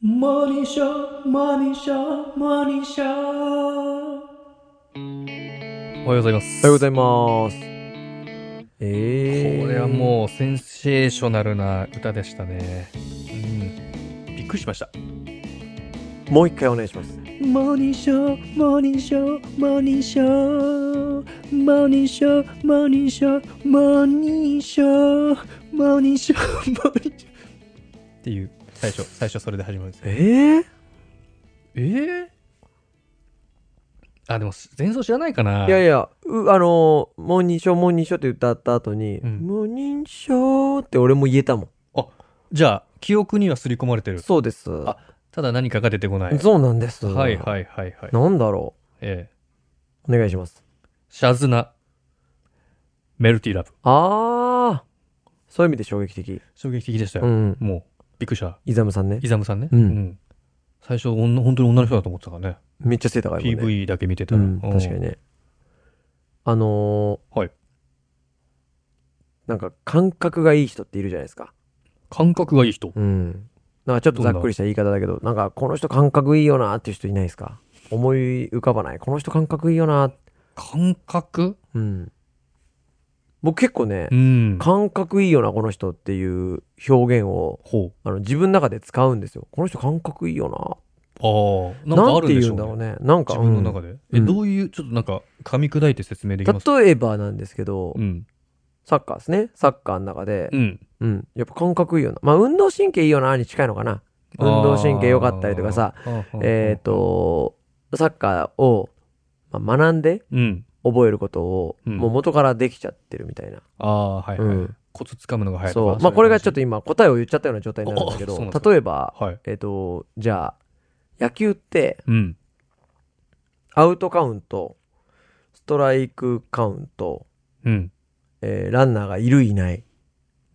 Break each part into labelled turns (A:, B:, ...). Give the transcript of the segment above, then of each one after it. A: マニシャマニシャマニシャおはようございます
B: おはようございます。えー、
A: これはもうセンセーショナルな歌でしたねうんびっくりしました
B: う、もう一回お願いします。
A: マニシャマニシャマニシャマニシャマニシャマニシャマニシャマニシャっていう最初最初それで始まるんですよ
B: えー、
A: えーあでも前奏知らないかない
B: やいや、うあのー、モーニンショー、モーニンショーって歌った後に、
A: うん
B: モーニンショーって俺も言えたも
A: じゃあ記憶には刷り込まれて
B: ん。
A: る
B: そうです。
A: あただ何かが出てこない
B: そうなんです。
A: はいはいはいはい
B: なんだろ
A: ええ
B: う。お願いします。
A: シャズナメルティーラブ
B: あー、そういう意味で衝撃的。
A: 衝撃的でした
B: う
A: よ、
B: ん。
A: もうびっくりした
B: イザムさんね。
A: イザムさんね、
B: うん
A: 最初女本当に女の人だと思ってたからね
B: めっちゃ背高いもんね。
A: PV だけ見てた
B: う
A: ら、
B: ん、確かに
A: ね
B: ね。あの
A: はい
B: ー、なんか感覚がいい人っているじゃないですか。
A: 感覚がいい人
B: うん。なんかちょっとざっくりした言い方だけど、なんかこの人感覚いいよなっていう人いないですか思い浮かばない。この人感覚いいよな。
A: 感覚
B: うん。僕結構ね
A: う、ん
B: 感覚いいよな、この人っていう表現を、
A: ほ
B: あの、自分の中で使うんですよ。この人感覚いいよ
A: うああ
B: な。
A: なんか
B: な
A: あ
B: ん
A: る
B: て
A: んで
B: 言
A: し
B: う
A: ょ
B: んだろ
A: う
B: う
A: ね
B: ね。なんか、
A: 自分の中
B: で。
A: で、え
B: うん
A: どういうちょっとなんか噛み砕いて説明できます
B: 例えばなんですけど
A: う、ん
B: サッカーですね。サッカーの中で
A: う、ん
B: うん。やっぱ感覚いいよな。まあ、運動神経いいよなに近いのかな。運動神経良かったりとかさ、
A: あー
B: えっ、、と、サッカーを、まあ、学んで、
A: うん。
B: 覚えることを、
A: うん
B: もう元からできちゃってるみたいな。
A: ああ、はいはい。
B: うん
A: コツつかむのが早いと
B: そ
A: か
B: う。まあこれがちょっ
A: と。
B: と今答えを言っちゃったような状態になるんだけ
A: おお
B: ど
A: そうなんです、
B: 例えば、
A: はい。
B: えっ、と、じゃあ、野球って
A: うん。
B: アウトカウント、ストライクカウント、
A: うん。
B: えーランナーがいるいない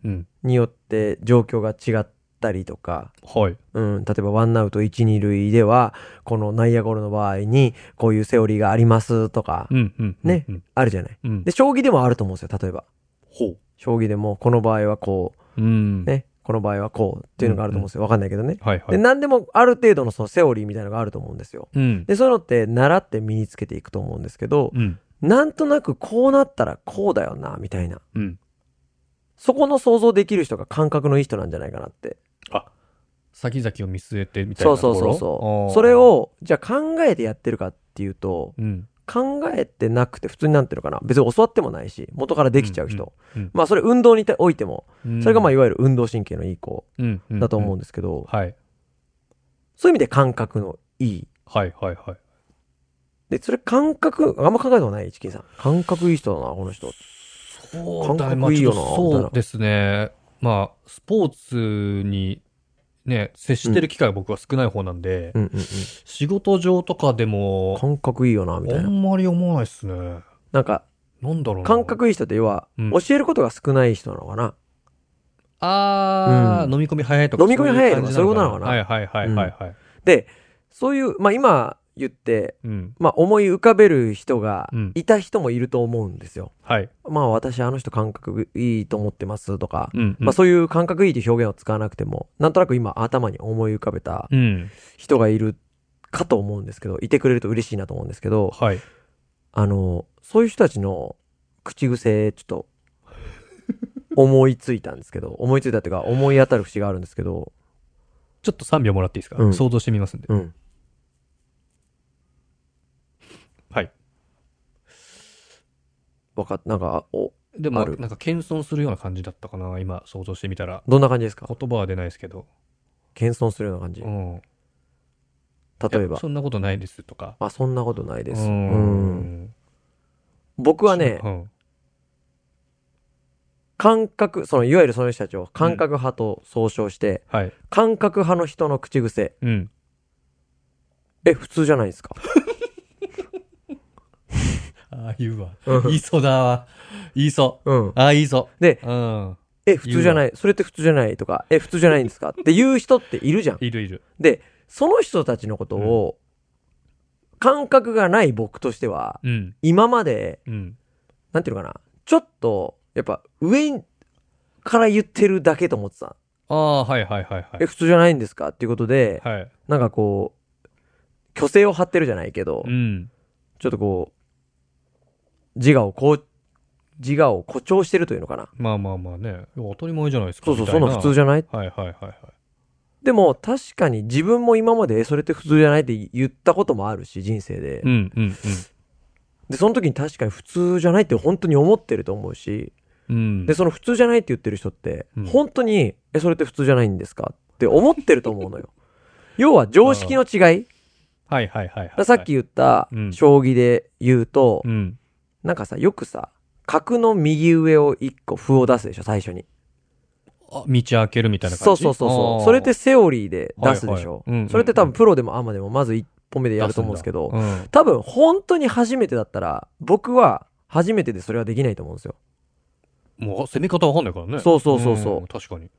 A: うん。
B: によって状況が違ったりとか、
A: はい。
B: うん、例えばワンアウト一二塁では、この内野ゴロの場合に、こういうセオリーがありますとか、
A: うん。うん。
B: ね
A: うん。
B: あるじゃない。
A: うん。
B: で、将棋でもあると思うんですよ、例えば。
A: ほう。
B: 将棋でも、この場合はこう、
A: うん。
B: ね、この場合はこうっていうのがあると思うんですよ。わかんないけどね。
A: はいは
B: で、
A: い。
B: 何でもある程度のそのセオリーみたいなのがあると思うんですよ。
A: うん。
B: で、そういうのって習って身につけていくと思うんですけど、
A: うん。
B: なんとなくこうなったらこうだよな、みたいな。
A: うん。
B: そこの想像できる人が感覚のいい人なんじゃないかなって。
A: あ、先々を見据えてみたい
B: そ
A: な
B: う
A: とこ
B: そ
A: ろ。
B: うそうそ
A: あー
B: う。それ。を、じゃあ考えてやってるかっていうと、
A: うん。
B: 考えてなくて普通になんていうのかな。別に教わってもないし、元からできちゃう人。
A: うんうんうん
B: まあそれ運動においても、それがまあい
A: あ、
B: わゆる運動神経のいい子
A: うん。
B: だと思うん
A: ん。
B: ですけど、
A: はい。
B: そういう意味で感覚のいい
A: はいはいはい。
B: で、それ感覚、あんま考えたことない、チキンさん。感覚いい人だな、この人。
A: そうだね。
B: 感
A: まあ
B: 覚いい
A: ち
B: よ
A: ょっ
B: な
A: とそうですね。まあ、スポーツに、ね、接してる機会が僕は少ない方なんで、
B: うんうんうん。
A: 仕事上とかでも、
B: 感覚いいよな、みた
A: あ
B: いな。
A: んまり思わないっすね。
B: なんか、
A: なんだろうな。
B: 感覚いい人って要は、
A: うん
B: 教えることが少ない人なのかな。
A: あー、
B: うん
A: 飲み込み早いとか。
B: 飲み込み早いとか
A: そうう感
B: そ
A: じ
B: うい
A: はいはいはいはいはい。
B: で、そういう、まあ今言って、
A: うん。
B: まあ思い浮かべる人が
A: うん、
B: いた人もいると思うんですよ。
A: はい。
B: まあ私あの人感覚いいと思ってますとか、
A: うん。
B: まあそういう感覚いいって表現を使わなくても、なんとなく今頭に思い浮かべた
A: うん。
B: 人がいるかと思うんですけど、いてくれると嬉しいなと思うんですけど、
A: はい。
B: あの、そういう人たちの口癖、ちょっ と、思いついたんですけど、思いついたっていうか、思い当たる節があるんですけど、
A: ちょっと3秒もらっていいですか、
B: うん
A: 想像してみますんで。
B: うん。
A: はい。
B: わかっ、なんか、お、
A: でも、
B: ある
A: なんか謙遜するような感じだったかな、今想像してみたら。
B: どんな感じですか
A: 言葉は出ないですけど。
B: 謙遜するような感じ
A: う。ん。
B: 例え
A: いや
B: ば
A: そ。んなことないですとか。
B: あ、そんなことないです。
A: う
B: うん。
A: ん。
B: 僕はね
A: う、ん。
B: 感覚、その、いわゆるその人たちを感覚派と総称して、
A: はい。
B: 感覚派の人の口癖、
A: うん。
B: え、普通じゃないですか。
A: ああ、言うわ。
B: うん
A: 言いそうだわ。言いそう。
B: うん。
A: ああ、言いそう。
B: で
A: うん。
B: え、普通じゃない、それって普通じゃないとか、え、普通じゃないんですかっていう人っているじゃん。
A: いるいる。
B: で、その人たちのことを、感覚がない僕としては、
A: うん。
B: 今まで、
A: うん。
B: なんていうのかな、ちょっと、やっぱ上から言ってるだけと思ってた
A: ああ、はいはいはいは
B: え、
A: い。
B: 普通じゃないんですかっていうことで、
A: はい。
B: なんかこう、虚勢を張ってるじゃないけど
A: う、ん。
B: ちょっとこう、自我をこう、自我を誇張してるというのかな。
A: まあまあまあね。当たり前じゃないですか。
B: そうそう、そんな普通
A: じ
B: じゃない
A: ゃはいはいはいはい。
B: でも確かに自分も今までえそれって普通じゃないって言ったこともあるし、人生で。
A: うんうん
B: で、その時に確かに普通じゃないって本当に思ってると思うし、
A: うん。うん。
B: で、その普通じゃないって言ってる人って
A: うん、
B: 本当に、え、それって普通じゃないんですかって思ってると思うの よ。要は常識の違い。
A: はいはいはい
B: だ
A: は
B: から
A: い。
B: さっき。言った
A: うん、
B: 将棋で言うと、
A: うん。
B: なんかさ、よくさ、角の右上を一個歩を出すでしょ、最初に。
A: あ、道開けるみたいな
B: そ
A: 感
B: う
A: じ
B: そうそう
A: あ
B: そ
A: ー
B: う。それってセオリーで出すでしょ
A: はいはいうんうんうん。
B: それって多分プロでもアマでもまず一歩目でやると思うんですけど、
A: 出んだうん
B: 多分本当に初めてだったら、僕は初めてでそれはできないと思うんですよ。
A: もう攻め方わかんないからね。
B: そうそうそうそうん
A: 確かに。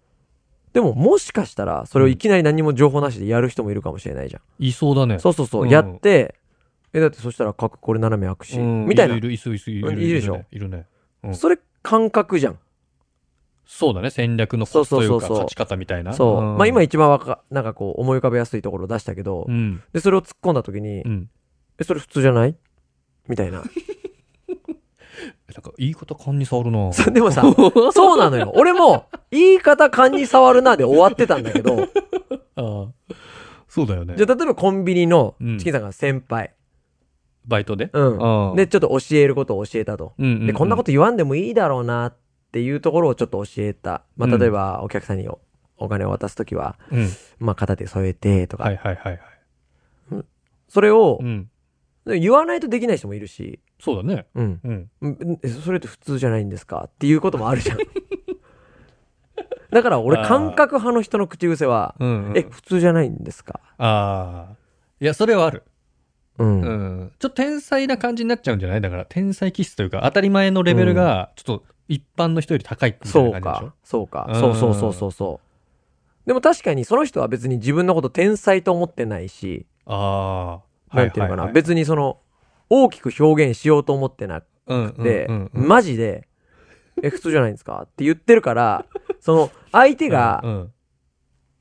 B: でももしかしたら、それをいきなり何も情報なしでやる人もいるかもしれないじゃん。
A: いそうだね。
B: そうそうそうう、
A: ん
B: やって、え、だってそしたら角これ斜め開くし、
A: うん
B: みたいな
A: る。るいそういそういる
B: うん
A: いる
B: いるでしょ
A: ねいるね。うん
B: それ感覚じゃん。
A: そうだね。戦略のコツという
B: そう
A: か、
B: そうそうそう
A: 勝ち方みたいな。
B: そう。
A: ん
B: まあ今、一番わか、なんかこう思い浮かべやすいところを出したけど
A: う、ん。
B: で、それを突っ込んだ時に
A: う、ん。
B: え、それ普通じゃないみたいな。
A: なんか言い方勘に触る な
B: そうで もさ、そうなのよ。俺も、言い方勘に触るなで終わってたんだけ ど、
A: ああ。そうだよね
B: じゃ。あ例えばコンビニの
A: うん
B: チキンさんが先輩。
A: バイトで。
B: うん。
A: ああ
B: で、、ちょっと教えることを教えたと。
A: うんうんうん
B: で、こんなこと言わんでもいいだろうなっていうところをちょっと教えた。ま
A: う
B: あ、
A: ん
B: 例えば、お客さんにおお金を渡すときは、
A: うん。
B: まあ、片手添えてとか。
A: はいはいはいはい。
B: それを
A: う、ん。
B: で言わないとできない人もいるし、
A: そうだね。
B: うん。
A: うん。
B: うんえそれって普通じゃないんですかっていうこともある じゃん。だから俺、
A: あー
B: 感覚派の人の口癖は、
A: うん、うん。
B: え、普通じゃないんですか
A: ああ。いや、それはある。
B: うん。
A: うん。ちょっと天才な感じになっちゃうんじゃないだから、天才気質というか、当たり前のレベルが、ちょっと一般の人より高いみたい
B: そ
A: な
B: う
A: 感じでしょ
B: か。そうか
A: う。ん
B: そうそうそうそうそう。でも確かにその人は別に自分のこと天才と思ってないし、
A: ああ。
B: なんていうのか
A: は
B: な。
A: は
B: 別にその、大きく表現しようと思ってなく
A: はいうん
B: て
A: うん、うんうん
B: マジで、え、普通じゃないんですかって言ってる から、その、相手
A: う
B: が、
A: んうん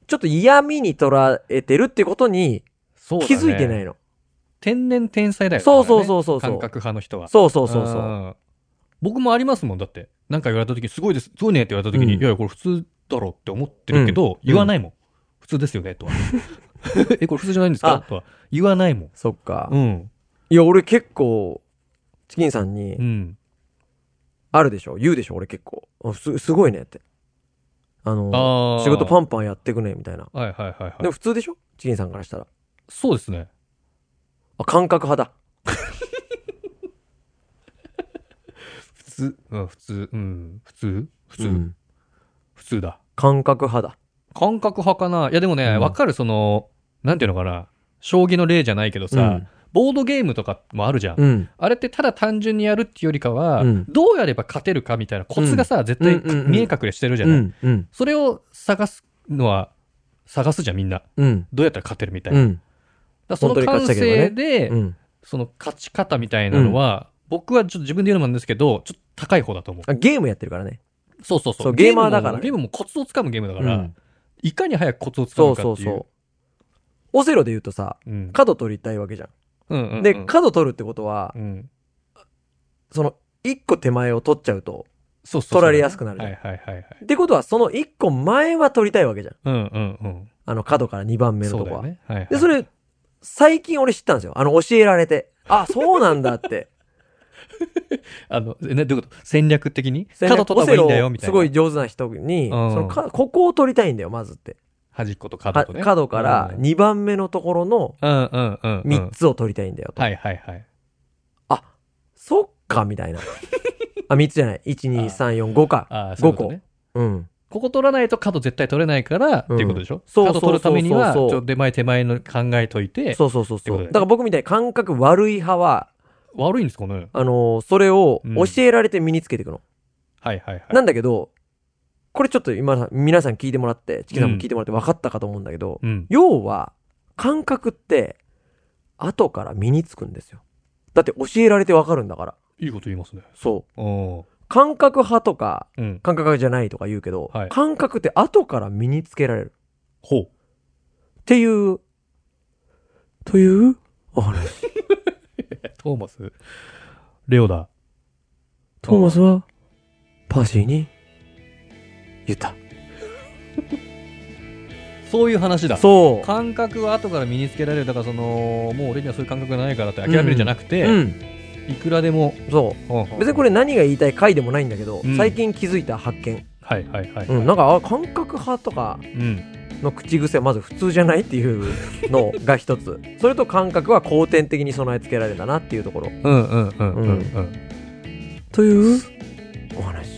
B: ちょっと嫌味に捉えてるってことに
A: そうだね
B: 気づいてないの。
A: 天然天才だよね
B: そうそうそうそうそう
A: 感覚派の人は。
B: そうそうそうそう。
A: ん僕もありますもん、だって。なんか言われた時、すごいです、すごいねって言われた時に、
B: うん
A: いやいや、これ普通だろうって思ってるけど、言わないもん。普通ですよね、とは。 え、これ普通じゃないんですか
B: あ
A: とは。言わないもん。
B: そっか
A: う。ん。
B: いや、俺結構、チキンさんに
A: う、ん。
B: あるでしょ言うでしょ俺結構。あす、すごいねって。あの、
A: ああ。
B: 仕事パンパンやってくねみたいな。
A: はいはいはいはい。
B: でも普通でしょチキンさんからしたら。
A: そうですね。
B: あ、感覚派だ。
A: 普通。うん、普通。うん。普通普通、
B: うん
A: 普通だ。
B: 感覚派だ。
A: 感覚派かないやでもね、
B: うん
A: わ、かる、その、なんていうのかな。将棋の例じゃないけどさ、
B: うん
A: ボードゲームとかもあるじゃん。
B: うん。
A: あれってただ単純にやるっていうよりかは、
B: うん
A: どうやれば勝てるかみたいなコツがさ、絶対
B: うんうんうん
A: 見え隠れしてるじゃ
B: う
A: ない、
B: ん。うん。
A: それを探すのは、探すじゃんみんな。
B: うん。
A: どうやったら勝てるみたいな。
B: う
A: だか
B: ん。
A: らそ
B: 本
A: の
B: 当に
A: 感
B: 勝ちたければね
A: 性で、
B: うん。
A: その勝ち方みたいなのは、僕はちょっと自分で言うのもなんですけど、ちょっと高い方だと思う。
B: あゲームやってるからね。
A: そうそうそう。
B: そうゲーマーだからね
A: ゲームもゲームもコツをつかむゲームだか
B: う
A: ら、
B: ん。
A: いかに早くコツをつか
B: そ
A: む
B: う
A: か
B: そ
A: っ
B: う
A: ていう。
B: そう。オセロで言うとさ、
A: うん
B: 角取りたいわけじゃ。
A: うんうんうんん
B: で、角取るってことは
A: う、ん
B: その、一個手前を取っちゃうと。
A: そうそうそう
B: 取られやすくなるじゃ
A: は
B: ん
A: いはいはいはい。
B: ってことは、その一個前は取りたいわけじゃん。
A: うんうん
B: あの、角から2番
A: う
B: 目
A: ん。
B: の
A: そ
B: と
A: う
B: こ
A: だよ
B: は。
A: ね。はいはい、
B: で、それ、最近俺知ったんですよ。あの、教えられて。あ、そうなんだって。
A: あの、えね、どういうこと戦略的に
B: それね
A: 角取った方がいいんだよ、みたいな。
B: オセロすごい上手な人に、
A: ん
B: そのかここを取りたいんだよ、まずって。
A: 端っこと角
B: 角,、
A: とね。
B: 角から
A: うん
B: 2番目のところの
A: うんうんうんうん。
B: 3つを取りたいんだよと。
A: はいはいはい。
B: あ、そっか、みた いな。あ、3つじゃない。1、2、3、4、5か。
A: ああ、そういうこと
B: 5個
A: ね。
B: うん。
A: ここ取らないと角絶対取れないから、って
B: うん
A: いうことでしょ
B: そう
A: 角取るためには、
B: そう
A: ち
B: そうそう
A: ょっと手前手前の考えといて、
B: そうそうそう
A: ってこ
B: そう。
A: とだよね
B: だから僕みたいに感覚悪い派は、
A: 悪いんですかね
B: あのーそれを教えられて身につけていくの。
A: はいはいはい。
B: なんだけど、これちょっと今、皆さん聞いてもらって、チキさんも聞いてもらって分かったかと思うんだけど、
A: うん。
B: 要は、感覚って、後から身につくんですよ。だって教えられて分かるんだから。
A: いいこと言いますね。
B: そう。
A: おー
B: 感覚派とか、
A: うん。
B: 感覚派じゃないとか言うけど、
A: はい
B: 感覚って後から身につけられる。
A: ほう。
B: っていう、というお話。
A: トーマス。レオだ。
B: トーマスは、パーシーに、言った。
A: そういう話だ。
B: そう。
A: 感覚は後から身につけられる。だから、その、もう俺にはそういう感覚がないからって諦めるんじゃなくて、
B: うん。
A: いくらでも。
B: そ
A: うん
B: う。別にこれ何が言いたい回でもないんだけど、
A: うん
B: 最近気づいた発見。
A: はいはいはい。
B: うん。なんか、あ、感覚派とか
A: うん。
B: の口癖はまず普通じゃないっていうのが一つ。それと感覚は後天的に備え付けられたなっていうところ。
A: うんうんうんうんうん。
B: という、お話。